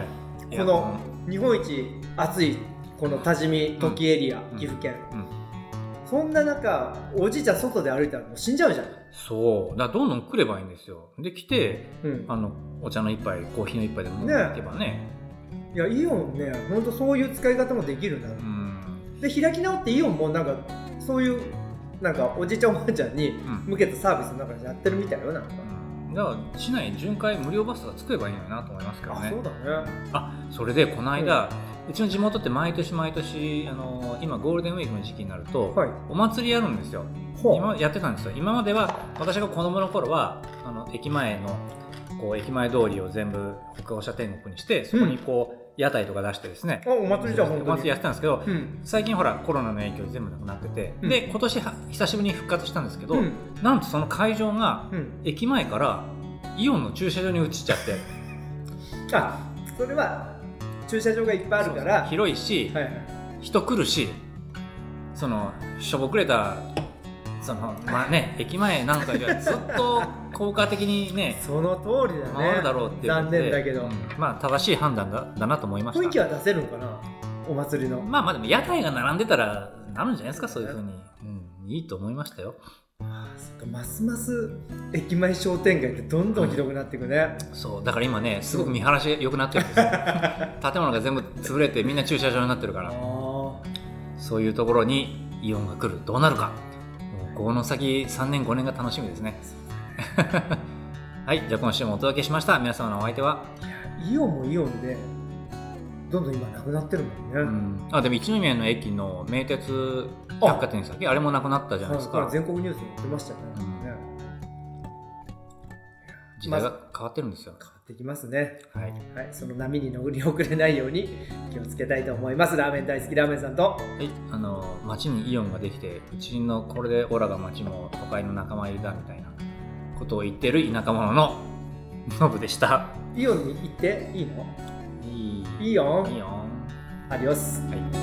[SPEAKER 2] いや
[SPEAKER 3] この日本一暑いこの多治見
[SPEAKER 2] うん
[SPEAKER 3] 時計エリア、
[SPEAKER 2] うん
[SPEAKER 3] 岐阜県、
[SPEAKER 2] うん
[SPEAKER 3] そんな中おじいちゃん外で歩いたらもう死んじゃうじゃん、
[SPEAKER 2] そうだからどんどん来ればいいんですよで来て
[SPEAKER 3] うん、
[SPEAKER 2] あのお茶の一杯コーヒーの一杯でも飲んでいけばね
[SPEAKER 3] いやイオンねほんとそういう使い方もできるな、
[SPEAKER 2] うん
[SPEAKER 3] で開き直ってイオンもなんかそういうなんかおじいちゃんおばあちゃんに
[SPEAKER 2] うん
[SPEAKER 3] 向けたサービスの中でやってるみたいよなんか、
[SPEAKER 2] うんだから市内巡回無料バスが作ればいいのになと思いますけど
[SPEAKER 3] あ
[SPEAKER 2] ね
[SPEAKER 3] そうだね
[SPEAKER 2] あそれでこの間、うちの地元って毎年毎年あの今ゴールデンウィークの時期になると、
[SPEAKER 3] はい
[SPEAKER 2] お祭りやるんですよ
[SPEAKER 3] ほう
[SPEAKER 2] 今やってたんですよ今までは私が子供の頃はあの駅前のこう駅前通りを全部歩行者天国にしてそこにこう、屋台とか出してですね
[SPEAKER 3] あお祭りじゃん本当
[SPEAKER 2] お
[SPEAKER 3] に
[SPEAKER 2] 祭りやってたんですけど、
[SPEAKER 3] うん
[SPEAKER 2] 最近ほらコロナの影響で全部なくなってて、
[SPEAKER 3] うん
[SPEAKER 2] で今年は久しぶりに復活したんですけど、
[SPEAKER 3] うん
[SPEAKER 2] なんとその会場が
[SPEAKER 3] うん
[SPEAKER 2] 駅前からイオンの駐車場に移っちゃって
[SPEAKER 3] あそれは駐車場がいっぱいあるから
[SPEAKER 2] そう広いし、
[SPEAKER 3] はいはい
[SPEAKER 2] 人来るしそのしょぼくれたその
[SPEAKER 3] [LAUGHS]
[SPEAKER 2] まあね駅前なんかじゃずっと効果的にね
[SPEAKER 3] その通りだね
[SPEAKER 2] 回るだろうっていうこ
[SPEAKER 3] 残
[SPEAKER 2] とで
[SPEAKER 3] 念だけど
[SPEAKER 2] うんまあ正しい判断だだなと思いました
[SPEAKER 3] 雰囲気は出せるのかなお祭りの
[SPEAKER 2] まあまあでも屋台が並んでたらなるんじゃないですかそういうふうに、うん、いいと思いましたよ
[SPEAKER 3] そっかますます駅前商店街ってどんどん広くなっていくね、
[SPEAKER 2] そうだから今ねすごく見晴らしが良くなってる
[SPEAKER 3] [LAUGHS]
[SPEAKER 2] んですよ建物が全部潰れてみんな駐車場になってるから
[SPEAKER 3] あ
[SPEAKER 2] そういうところにイオンが来るどうなるかもうこの先3年5年が楽しみですね [LAUGHS] はいじゃあ今週もお届けしました皆様のお相手は、
[SPEAKER 3] あイオンもイオンでどんどん今なくなってるもんね、
[SPEAKER 2] うん、あでも一宮の駅の名鉄百貨店先あれもなくなったじゃないです
[SPEAKER 3] はい
[SPEAKER 2] か
[SPEAKER 3] 全国ニュースに載ってましたね,、
[SPEAKER 2] うん
[SPEAKER 3] ね
[SPEAKER 2] 時代が変わってるんですよ、
[SPEAKER 3] 変わってきますね
[SPEAKER 2] はい、
[SPEAKER 3] はいその波に乗り遅れないように気をつけたいと思いますラーメン大好きラーメンさんと
[SPEAKER 2] はい、あの街にイオンができてうちのこれでオラが街も都会の仲間入りだみたいなことを言ってる田舎者のノブでした
[SPEAKER 3] イオンに行っていいの
[SPEAKER 2] いい
[SPEAKER 3] いいよ
[SPEAKER 2] いいよ
[SPEAKER 3] アディオス
[SPEAKER 2] はい